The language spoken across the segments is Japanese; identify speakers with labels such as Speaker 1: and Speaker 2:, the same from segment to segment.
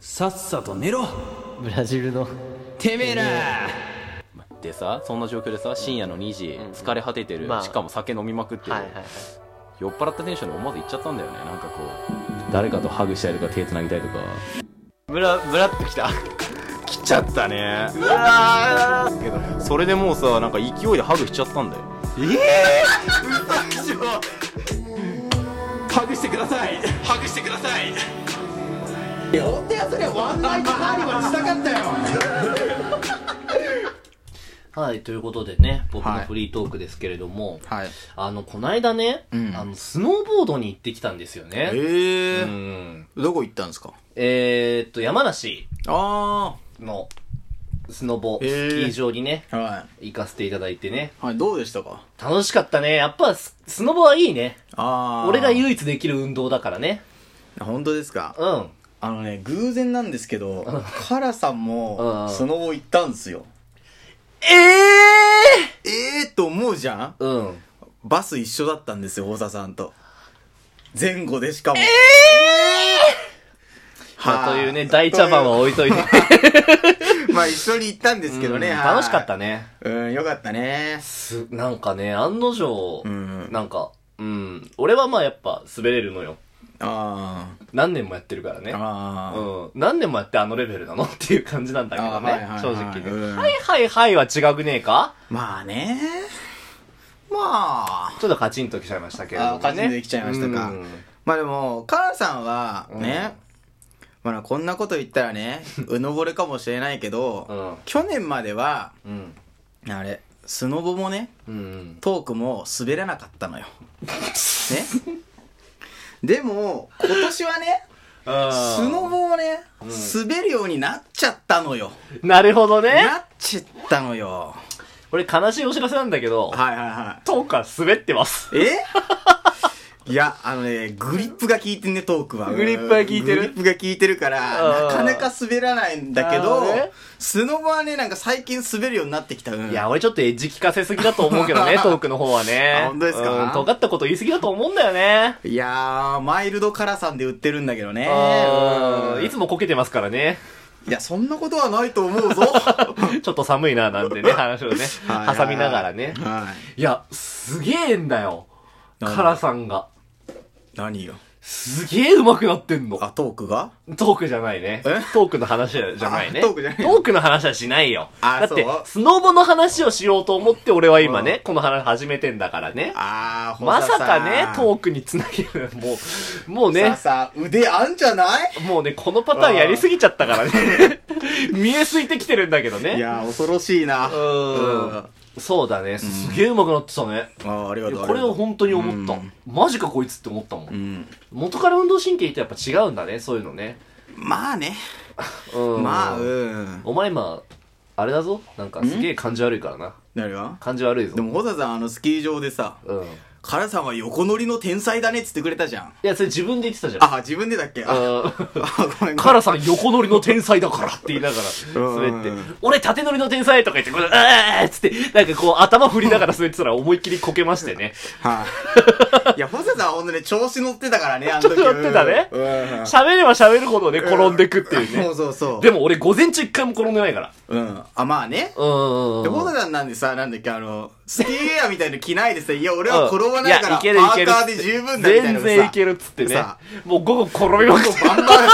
Speaker 1: さっさと寝ろ
Speaker 2: ブラジルの
Speaker 1: てめえら
Speaker 3: でさそんな状況でさ深夜の2時、疲れ果ててる、
Speaker 2: まあ
Speaker 3: しかも酒飲みまくってる、
Speaker 2: はいはいはい
Speaker 3: 酔っ払ったテンションで思わず行っちゃったんだよねなんかこう誰かとハグしたりとか手つなぎたいとか
Speaker 4: ブラブラッときた来ちゃったねうわーけど
Speaker 3: それでもうさなんか勢いでハグしちゃったんだよ
Speaker 4: ハグしてくださいハグしてください
Speaker 2: はい、ということでね、僕の
Speaker 4: はい
Speaker 2: フリートークですけれども、
Speaker 4: はい
Speaker 2: あの、こないだね、
Speaker 4: うん
Speaker 2: あの、スノーボードに行ってきたんですよね。
Speaker 4: ええ
Speaker 2: うん。
Speaker 4: どこ行ったんですか
Speaker 2: えー、っと、山梨
Speaker 4: あ
Speaker 2: のスノボ、
Speaker 4: えー
Speaker 2: スキー場にね、
Speaker 4: あは
Speaker 2: 行かせていただいてね。
Speaker 4: いはいどうでしたか
Speaker 2: 楽しかったね。やっぱス、スノボはいいね。
Speaker 4: あ
Speaker 2: 俺が唯一できる運動だからね。
Speaker 4: 本当ですか
Speaker 2: うん。
Speaker 4: あのね偶然なんですけどカラさん
Speaker 2: うんう
Speaker 4: も
Speaker 2: ん
Speaker 4: スノボ行ったんですよ
Speaker 2: ええ
Speaker 4: ええー、と思うじゃん
Speaker 2: ー、うん。
Speaker 4: バス一緒だったんですよ大沢さんと前後でしかもええ
Speaker 2: まあ、というね、大茶番は置いといて。
Speaker 4: まあ一緒に行ったんですけどね。
Speaker 2: うん
Speaker 4: はい
Speaker 2: 楽しかったね。
Speaker 4: うん、よかったね。
Speaker 2: す、なんかね、案の定、
Speaker 4: うん
Speaker 2: なんか、うん。俺はまあやっぱ滑れるのよ。
Speaker 4: あ
Speaker 2: 何年もやってるから
Speaker 4: あ。
Speaker 2: ね。
Speaker 4: ああ。
Speaker 2: うん。何年もやってあのレベルなのっていう感じなんだけど
Speaker 4: あはいはい
Speaker 2: ね
Speaker 4: は。い
Speaker 2: 正直ね。
Speaker 4: うん
Speaker 2: はいはいはいは違くねえか
Speaker 4: まあね。まあ。
Speaker 2: ちょっとカチンときちゃいましたけれども
Speaker 4: あ
Speaker 2: ね。
Speaker 4: 感じできちゃいましたか
Speaker 2: うん。
Speaker 4: まあでも、カラさんは、
Speaker 2: うん
Speaker 4: ね。まあこんなこと言ったらね、うのぼれかもしれないけ
Speaker 2: う
Speaker 4: ど
Speaker 2: ん、
Speaker 4: 去年までは、
Speaker 2: うん。
Speaker 4: あれ、スノボもね、
Speaker 2: うん。
Speaker 4: トークも滑らなかったのよ。ね。でも、今年はね、ス
Speaker 2: ス
Speaker 4: ノボをね、滑るようになっちゃったのよ。
Speaker 2: なるほどね。
Speaker 4: なっちったのよ。
Speaker 2: 俺悲しいお知らせなんだけど、
Speaker 4: はいはいは
Speaker 2: トークは滑ってます。
Speaker 4: い。え いや、あのね、グリップが効いてんね、トークは。
Speaker 2: グリップが効いてる
Speaker 4: グリップが効いてるから、
Speaker 2: あ
Speaker 4: な
Speaker 2: ー
Speaker 4: かなか滑らないんだけ
Speaker 2: あ
Speaker 4: ど
Speaker 2: ーね、
Speaker 4: スノボはね、なんか最近滑るようになってきた。うん
Speaker 2: いや、俺ちょっとエッジ効かせすぎだと思う けどね、トークの方はね。
Speaker 4: あ本当ですか
Speaker 2: うん、尖ったこと言いすぎだと思うんだよね。
Speaker 4: いやー、マイルドカラさんで売ってるんだけどね。
Speaker 2: う
Speaker 4: うんん
Speaker 2: いつもこけてますか らね。
Speaker 4: いや、そんなことはないと思う ぞ。
Speaker 2: ちょっと寒いな、なんてね、話をね、挟みながらね。
Speaker 4: はい。
Speaker 2: いや、すげえんだよ。
Speaker 4: 何
Speaker 2: カラさんが。
Speaker 4: 何よ。
Speaker 2: すげえ上手くなってんの。
Speaker 4: あ、トークが
Speaker 2: トークじゃないね
Speaker 4: え。
Speaker 2: トークの話じゃないね。
Speaker 4: あトークじゃない
Speaker 2: トークの話はしないよ。
Speaker 4: あ
Speaker 2: だって
Speaker 4: そう、
Speaker 2: スノボの話をしようと思って俺は今
Speaker 4: う
Speaker 2: ね、この話始めてんだからね。
Speaker 4: あー、
Speaker 2: まさかね、ト
Speaker 4: ー
Speaker 2: ークにつなげる。もう、もう
Speaker 4: クね。さあ
Speaker 2: ね、
Speaker 4: さあ、腕あんじゃない
Speaker 2: もうね、このパターンやりすぎちゃったからね。見えすいてきてるんだけど
Speaker 4: い
Speaker 2: ね。
Speaker 4: やー、恐ろしいな。
Speaker 2: うん
Speaker 4: あ
Speaker 2: そうだね、すげえ上手くなってたね。
Speaker 4: ー、ありが
Speaker 2: い
Speaker 4: とう。
Speaker 2: やこれは本当に思った
Speaker 4: うん。
Speaker 2: マジかこいつって思ったも。
Speaker 4: うんん。
Speaker 2: 元から運動神経ってやっぱ違うんだね、そういうのね。
Speaker 4: まあね。
Speaker 2: うん。
Speaker 4: まあ、うん。
Speaker 2: お前今、あれだぞ。なんかすげえ感じ悪いからな。
Speaker 4: 誰が
Speaker 2: 感じ悪いぞ
Speaker 4: で。も、ホ田さん、あの、スキー場でさ、
Speaker 2: うん。い
Speaker 4: カラさんは横乗りの天才だねっつってくれたじゃん。
Speaker 2: や、それ自分で言ってたじゃん。
Speaker 4: あ、自分でだっけあ、
Speaker 2: うん
Speaker 4: あごめんご
Speaker 2: カ
Speaker 4: めん。
Speaker 2: ラさん横乗りの天才だからって言いながら滑って
Speaker 4: うん、
Speaker 2: 俺縦乗りの天才とか言って、これ、あーっつって、なんかこう頭振りながら滑ってたら思いっきりこけましてね。
Speaker 4: はい。いや、ホ田さんはほんとね、調子乗ってたからね、あの時。
Speaker 2: 調子乗ってたね
Speaker 4: うんうん。
Speaker 2: 喋れば喋るほどね、転んでくっていう
Speaker 4: そ
Speaker 2: ね
Speaker 4: う。そうそう。
Speaker 2: でも俺午前中一回も転んでないから。
Speaker 4: うん。あ、まあね。
Speaker 2: うんうんうん。
Speaker 4: で、ホ田さんなんでさ、なんだっけ、あの、スキーウェアみたいの着ないでさ、いや、俺は転ばないから、パ
Speaker 2: やいけ
Speaker 4: ー
Speaker 2: る
Speaker 4: カー
Speaker 2: いける
Speaker 4: で十分だみたいな
Speaker 2: 全
Speaker 4: の
Speaker 2: 然い
Speaker 4: さ。
Speaker 2: けるっつってね
Speaker 4: さ。
Speaker 2: もう午後転びまくっ
Speaker 4: バンバン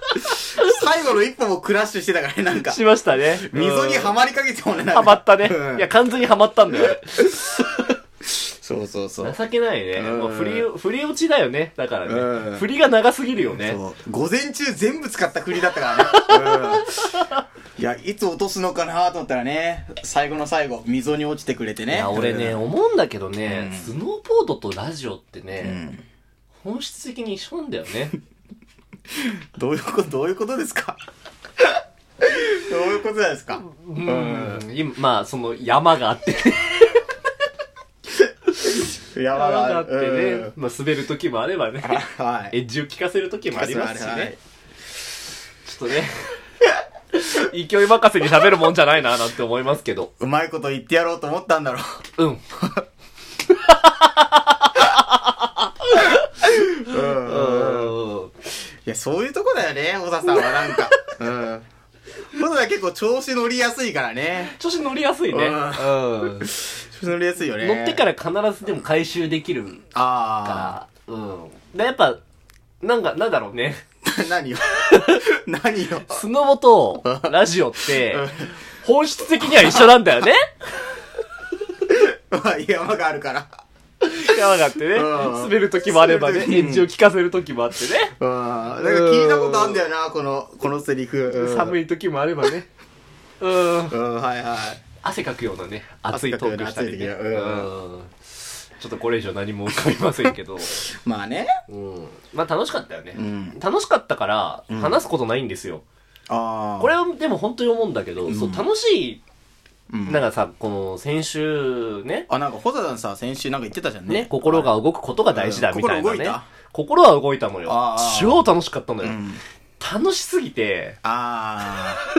Speaker 4: 最後の一歩もクラッシュしてたからね、なんか。
Speaker 2: しましたね。
Speaker 4: 溝には
Speaker 2: ま
Speaker 4: まりかけてもね、なんか
Speaker 2: はまったね
Speaker 4: う。ん
Speaker 2: いや、完全にはまったんだよ。
Speaker 4: そうそうそう。
Speaker 2: 情けないね。
Speaker 4: うん
Speaker 2: もう振り、振り落ちだよね。だから
Speaker 4: う
Speaker 2: ね。
Speaker 4: ん
Speaker 2: 振りが長すぎるよね。
Speaker 4: そう午前中全部使った栗だったからね。うんいや、いつ落とすのかなと思ったらね、最後の最後、溝に落ちてくれて
Speaker 2: い
Speaker 4: ね。
Speaker 2: や、俺
Speaker 4: う
Speaker 2: ね、
Speaker 4: ん
Speaker 2: 思うんだけどね、
Speaker 4: うん
Speaker 2: スノーボードとラジオって
Speaker 4: う
Speaker 2: ね、
Speaker 4: ん。
Speaker 2: 本質的に一緒なんだよね。
Speaker 4: どういうこと、どういうことですか どういうことなんですか
Speaker 2: うん。今、まあ、その山があって、
Speaker 4: 山
Speaker 2: 山
Speaker 4: が
Speaker 2: があってね、まあ、滑る時もあればね、
Speaker 4: うんはい。
Speaker 2: エッジを効かせる時もありますし
Speaker 4: はい
Speaker 2: ね。。ちょっとね、勢い任せに喋るもんじゃないな、なんて思いますけど。
Speaker 4: うまいこと言ってやろうと思ったんだろう。
Speaker 2: うん。
Speaker 4: うん
Speaker 2: うん。
Speaker 4: いや、そういうとこだよね、小田さんはなんか。うん。小田は結構調子乗りやすいからね。
Speaker 2: 調子乗りやすいね。うん。
Speaker 4: 調子乗りやすいよね。。
Speaker 2: 乗ってからら必ずでも回収できる
Speaker 4: あ
Speaker 2: から。うん。で、やっぱ、なんか、なんだろうね。
Speaker 4: あ。 何よ。何よ。
Speaker 2: スノボとラジオって、 本質的には一緒なんだよね。
Speaker 4: まあ、山があるから。
Speaker 2: 山があってね。
Speaker 4: うん
Speaker 2: 滑る時もあればね、
Speaker 4: 滑る時
Speaker 2: エッジを効かせる時もあってね。
Speaker 4: うん。なんか聞いたことあんだよな、この、このセリフ。うん、
Speaker 2: 寒
Speaker 4: い。
Speaker 2: い時もあればね。うん。
Speaker 4: うん、はいはい。
Speaker 2: 汗かくようなね、熱いトークしたりね。
Speaker 4: 汗かくような熱い時
Speaker 2: うんちょっとこれ以上何も浮かびませんけど。
Speaker 4: まあね。
Speaker 2: うん。まあ楽しかったよね。
Speaker 4: ん
Speaker 2: 楽しかったから、話すことないんですよ。
Speaker 4: ああ。
Speaker 2: これはでも本当に思うんだけど、そう、楽しい、
Speaker 4: ん
Speaker 2: なんかさ、この先週ね、
Speaker 4: あ、なんか、ホザさんさ、先週なんか言ってたじゃんね。
Speaker 2: ね、心が動くことが大事だ
Speaker 4: うん
Speaker 2: みたいな
Speaker 4: 心動い
Speaker 2: ね
Speaker 4: た。
Speaker 2: 心は動いたのよ
Speaker 4: ああ。
Speaker 2: 超楽しかったのよ
Speaker 4: ん。
Speaker 2: 楽しすぎて、
Speaker 4: ああ。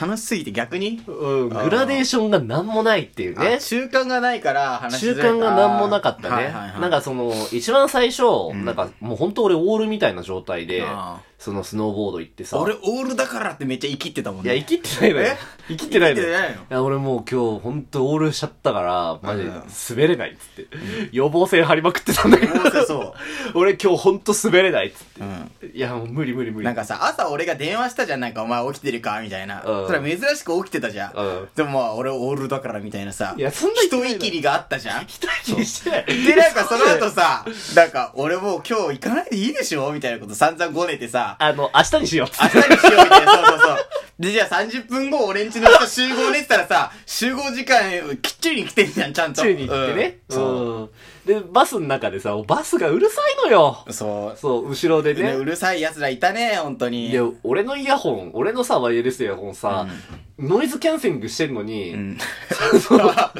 Speaker 4: 楽しすぎて逆に
Speaker 2: うん、グラデーションが何もないっていうね
Speaker 4: あ。習慣がないから話しづ
Speaker 2: 中
Speaker 4: らいか
Speaker 2: 間が何もなかったね。
Speaker 4: はいはいはい
Speaker 2: なんかその、一番最初、なんかもう本当俺オールみたいな状態で
Speaker 4: ああ、
Speaker 2: そのスノーボード行ってさ。
Speaker 4: 俺オールだからってめっちゃ生きってたもん
Speaker 2: い
Speaker 4: ね。
Speaker 2: や、生きってないのよ
Speaker 4: え。
Speaker 2: 生きってないのよ。
Speaker 4: 生きてないの
Speaker 2: いや、俺もう今日、ほんとオールしちゃったから、マジ
Speaker 4: う
Speaker 2: で
Speaker 4: ん
Speaker 2: 滑れないっつって。予防線張りまくってたんだけど。
Speaker 4: もうさそ
Speaker 2: 俺今日ほんと滑れないっつ
Speaker 4: う。うん。
Speaker 2: って。いや、もう無理無理無理。
Speaker 4: なんかさ、朝俺が電話したじゃん、なんかお前起きてるかみたいな。
Speaker 2: うん
Speaker 4: それは珍しく起きてたじゃん。
Speaker 2: うん
Speaker 4: でもまあ俺オールだからみたいなさ。
Speaker 2: いやそんな言ってない
Speaker 4: 一息りがあったじ ゃん。
Speaker 2: 一人にしてない。
Speaker 4: で、なんかその後さ、なんか俺もう今日行かないでいいでしょみたいなこと散々ごねてさ。
Speaker 2: あの、明日にしようっつ
Speaker 4: 明
Speaker 2: っ
Speaker 4: 日にしようみたいな、そうそうそう。で、じゃあ30分後、俺んちの人集合ねって言ったらさ、集合時間、きっちりに来てんじゃん、ちゃんと。
Speaker 2: て。中に行ってね。
Speaker 4: うんそう。
Speaker 2: うん。で、バスの中でさ、バスがうるさいのよ。
Speaker 4: そう。
Speaker 2: そう、後ろで
Speaker 4: ね、う
Speaker 2: ね。
Speaker 4: るさい奴らいたね、本当に。
Speaker 2: で、俺のイヤホン、俺のさ、ワイヤレスイヤホンさ、ノイズキャンセリングしてんのに、
Speaker 4: うん。 それを破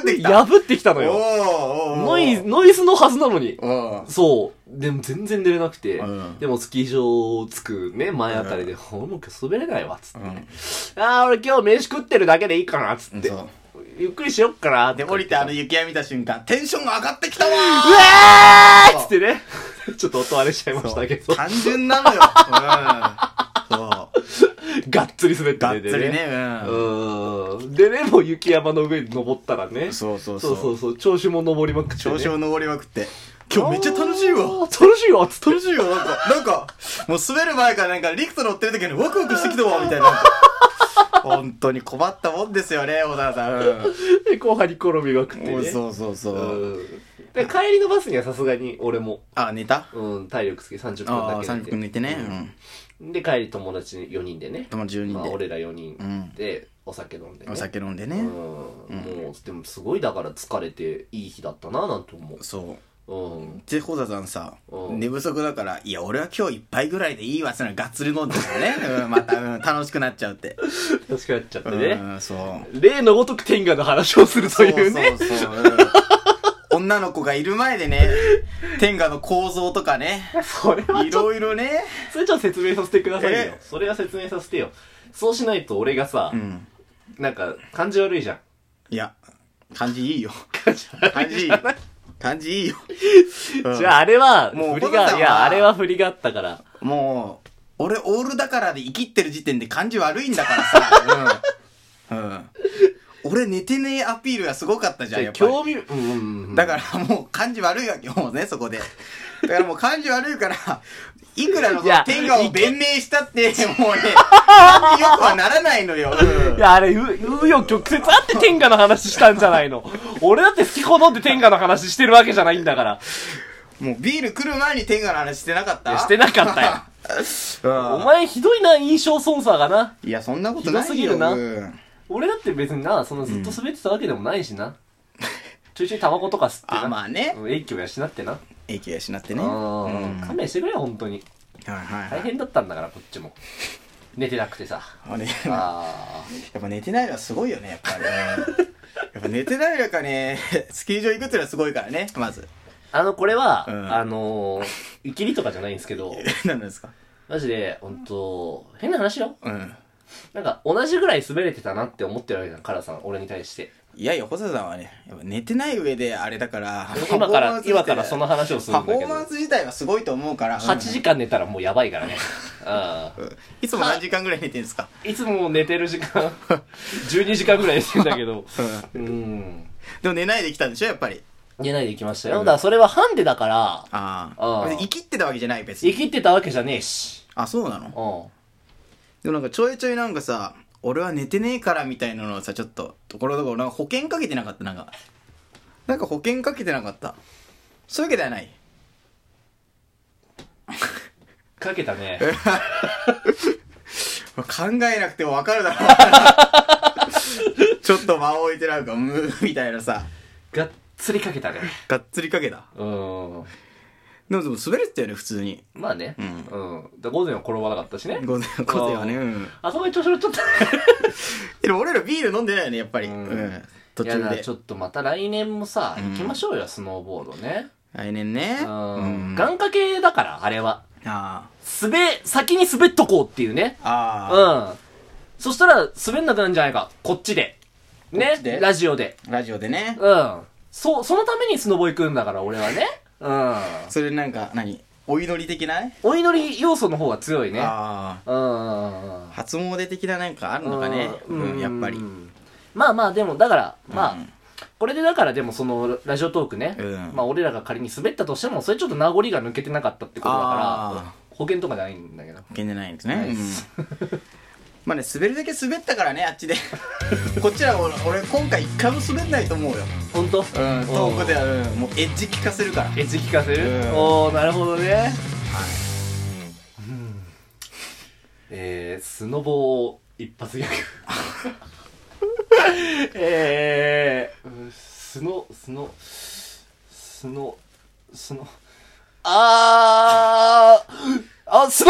Speaker 4: ってきた。
Speaker 2: 破ってきたの
Speaker 4: おー
Speaker 2: よ。
Speaker 4: おーおー
Speaker 2: ノイズ、ノイズのはずなのに。
Speaker 4: うん。
Speaker 2: そう。でも全然出れなくて。
Speaker 4: うん
Speaker 2: でもスキー場着くね、前あたりで、俺もう今日滑れないわ、つって。
Speaker 4: ん
Speaker 2: ああ、俺今日飯食ってるだけでいいかな、つって
Speaker 4: そう。
Speaker 2: ゆっくりしよっかな、
Speaker 4: で、
Speaker 2: で
Speaker 4: 降りてあの雪屋見た瞬間、テンション上がってきたわ
Speaker 2: うわー
Speaker 4: そう
Speaker 2: っつってね。 ちょっと音割れしちゃいましたけ
Speaker 4: ー
Speaker 2: ど。
Speaker 4: 単純なのよ。うん。そう。
Speaker 2: がっつり滑って
Speaker 4: がっつりね、
Speaker 2: う
Speaker 4: うん。
Speaker 2: ーん。でね、もう雪山の上に登ったらね。
Speaker 4: そうそうそう
Speaker 2: そ
Speaker 4: う。
Speaker 2: そうそう。調子も登りまくって、ね。
Speaker 4: 調子を登りまくって。今日めっちゃ楽しい
Speaker 2: あ
Speaker 4: わ。
Speaker 2: ー。楽しいわ、つって。
Speaker 4: 楽しいよ、なんか、なんか、もう滑る前からなんか、リクト乗ってる時にワクワクしてきたわ、みたいな。なんか本当に困ったもんですよね、小沢さん。う
Speaker 2: で、後半に転びまくって
Speaker 4: ん、
Speaker 2: ね。
Speaker 4: そうそうそう。
Speaker 2: うんで帰りのバスにはさすがに俺も、
Speaker 4: あ、寝た
Speaker 2: うん、体力つけ30分
Speaker 4: あ
Speaker 2: だ
Speaker 4: あ、
Speaker 2: け
Speaker 4: 3分
Speaker 2: で
Speaker 4: 寝てね。うん。
Speaker 2: で帰り友達4人でね、
Speaker 4: 友達10
Speaker 2: まあ、
Speaker 4: 人で。
Speaker 2: 俺ら4人でお酒飲んでね、
Speaker 4: お酒飲んで
Speaker 2: う
Speaker 4: ね
Speaker 2: ん。もうでもすごいだから疲れていい日だったななんて思
Speaker 4: そう。
Speaker 2: う、うん、
Speaker 4: で、小沢さんさ
Speaker 2: う、ん
Speaker 4: 寝不足だから、いや、俺は今日一杯ぐらいでいいわ、そのがっつり飲んでたね。う ん、また、うん、楽しくなっちゃうって。
Speaker 2: 楽しくなっちゃって
Speaker 4: う
Speaker 2: ね、
Speaker 4: ん、そう。
Speaker 2: 例のごとく天下の話をするというね
Speaker 4: そうそうそう。うん女の子がいる前でね、天下の構造とか ね。
Speaker 2: それはい
Speaker 4: ろいろ ね。
Speaker 2: それじゃ説明させてくださいよ
Speaker 4: え
Speaker 2: それは説明させてよそうしないと俺がさ、
Speaker 4: うん。
Speaker 2: なんか感じ悪いじゃん
Speaker 4: いや、感じいいよ。
Speaker 2: 感じ
Speaker 4: 感じいいよ。感じいいよ。うん
Speaker 2: じゃああれは、
Speaker 4: もう
Speaker 2: 振り
Speaker 4: 小田さんは
Speaker 2: が、
Speaker 4: い
Speaker 2: や、あれは振りがあったから。
Speaker 4: もう、俺オールだからで生きってる時点で感じ悪いんだから さ。うん。うん。俺寝てねえアピールがすごかったじゃん、やっぱり。
Speaker 2: 興味、うんうんうん。
Speaker 4: だからもう感じ悪いわけよ、もうね、そこで。だからもう感じ悪いから、いくらのそ
Speaker 2: いや
Speaker 4: の天下を弁明したって、もうね、感じよくはならないのよ。うん
Speaker 2: いや、あれ、う、うよ、曲折あって天下の話したんじゃな いの。俺だって好き好んで天下の話してるわけじゃないんだから。
Speaker 4: もうビール来る前に天下の話してなかっ
Speaker 2: い
Speaker 4: た
Speaker 2: やしてなかったよ。
Speaker 4: うん
Speaker 2: お前、ひどいな、印象操作がな。
Speaker 4: いや、そんなことないよ。
Speaker 2: ひどすぎるな
Speaker 4: うん
Speaker 2: 俺だって別にな、そのずっと滑ってたわけでもないしな。 ちょいちょいタバコとか吸ってな。
Speaker 4: あまあね
Speaker 2: うん。影響やしなってな。
Speaker 4: 影響養ってね。
Speaker 2: うん。勘弁してくれよ、本当に。
Speaker 4: はいはい
Speaker 2: 大
Speaker 4: はい。
Speaker 2: 変だったんだから、こっち も。寝てなくてさ。
Speaker 4: あね、や
Speaker 2: あ
Speaker 4: っぱ寝てないのはすごいよね、やっぱね。 やっぱ寝てないのかね、 スキー場行くってのはすごいからね、まず。
Speaker 2: あ。あの、これは、
Speaker 4: うん
Speaker 2: あのー、いきりとかじゃないんですけど、
Speaker 4: 何なんですか
Speaker 2: マジで、ほんと、変な話よ。
Speaker 4: うん。
Speaker 2: なんか、同じぐらい滑れてたなって思ってるわけじゃん、カラさん、俺に対して。
Speaker 4: いやいや、細田さんはね、やっぱ寝てない上であれだから、パ
Speaker 2: 今か
Speaker 4: フォーマン
Speaker 2: ら
Speaker 4: ス、自体
Speaker 2: 今からその話をする
Speaker 4: パ
Speaker 2: ん
Speaker 4: フ
Speaker 2: だ
Speaker 4: ォ
Speaker 2: け
Speaker 4: ー
Speaker 2: ど。
Speaker 4: マンス自体はすごいと思うから、
Speaker 2: 8時間寝たらもうやばいからね。う
Speaker 4: うんいつも何時間ぐらい寝てるんですか
Speaker 2: ん。いつも寝てる時間、12時間ぐらい寝てんだ けど。うん。
Speaker 4: でも寝ないで来たんでしょ、やっぱり。
Speaker 2: 寝ないで行きましたよ。だからそれはハンデだから、
Speaker 4: あ
Speaker 2: あ
Speaker 4: あ
Speaker 2: ー。
Speaker 4: 生きってたわけじゃない、別
Speaker 2: 生
Speaker 4: に。
Speaker 2: きてたわけじゃねえし。
Speaker 4: あ、そうなの
Speaker 2: うん。
Speaker 4: でもなんかちょいちょいなんかさ、俺は寝てねえからみたいなのをさ、ちょっと、ところどころ、なんか保険かけてなかった、なんか。なんか保険かけてなかった。そういうわけではない。
Speaker 2: かけたね。
Speaker 4: 考えなくてもわかるだろ う。ちょっと間を置いてなんか、ムーみたいなさ、
Speaker 2: がっつりかけたね。
Speaker 4: がっつりかけた。
Speaker 2: うん。
Speaker 4: でもでも滑れてたよね、普通に。
Speaker 2: まあね。うんん。だから午前は転ばなかったしね。
Speaker 4: 午前、午前はね。うん。
Speaker 2: あそこに調子乗っちゃった。
Speaker 4: でも俺らビール飲んでないよね、やっぱり。うんん。途
Speaker 2: いや
Speaker 4: 中
Speaker 2: な
Speaker 4: で
Speaker 2: ち。ょっとまた来年もさ、行きましょうよ、スノーボードね。
Speaker 4: 来年ね。
Speaker 2: う。
Speaker 4: うんん。
Speaker 2: 願掛けだから、あれは。
Speaker 4: あ
Speaker 2: 滑、先に滑っとこうっていうね。
Speaker 4: あ。あ
Speaker 2: うん。そしたら、滑んなくなるんじゃないか。こっちで。
Speaker 4: こ
Speaker 2: ね
Speaker 4: っちで
Speaker 2: ラジオで。
Speaker 4: あ。ラジオでね。
Speaker 2: うん。そ、そのためにスノボ行くんだから、俺はね。うん。
Speaker 4: それなんか、何お祈り的なね。
Speaker 2: お祈り要素の方が強いね。
Speaker 4: ああ。
Speaker 2: うん。
Speaker 4: 初詣的ななんかあるのかね。うん、やっぱり。
Speaker 2: まあまあでもだからまあ、
Speaker 4: うん
Speaker 2: これでだからでもそのラジオトークね、
Speaker 4: うん
Speaker 2: まあ俺らが仮に滑ったとしてもそれちょっと名残が抜けてなかったってことだから
Speaker 4: あ
Speaker 2: 保険とかじゃないんだけど
Speaker 4: いけんじゃないんです
Speaker 2: ない
Speaker 4: ね
Speaker 2: で。
Speaker 4: うん まあね、滑るだけ滑ったからね、あっちで。 こっちは俺、俺今回一回も滑んないと思うよ。
Speaker 2: 本当
Speaker 4: うん、トークでは、うん、もうエッジ効かせるから。
Speaker 2: エッジ聞かせる、
Speaker 4: うん
Speaker 2: おおなるほどね、うんえー、スノボー一発ギャグ えーうん、スノスノスノスノあーあスノ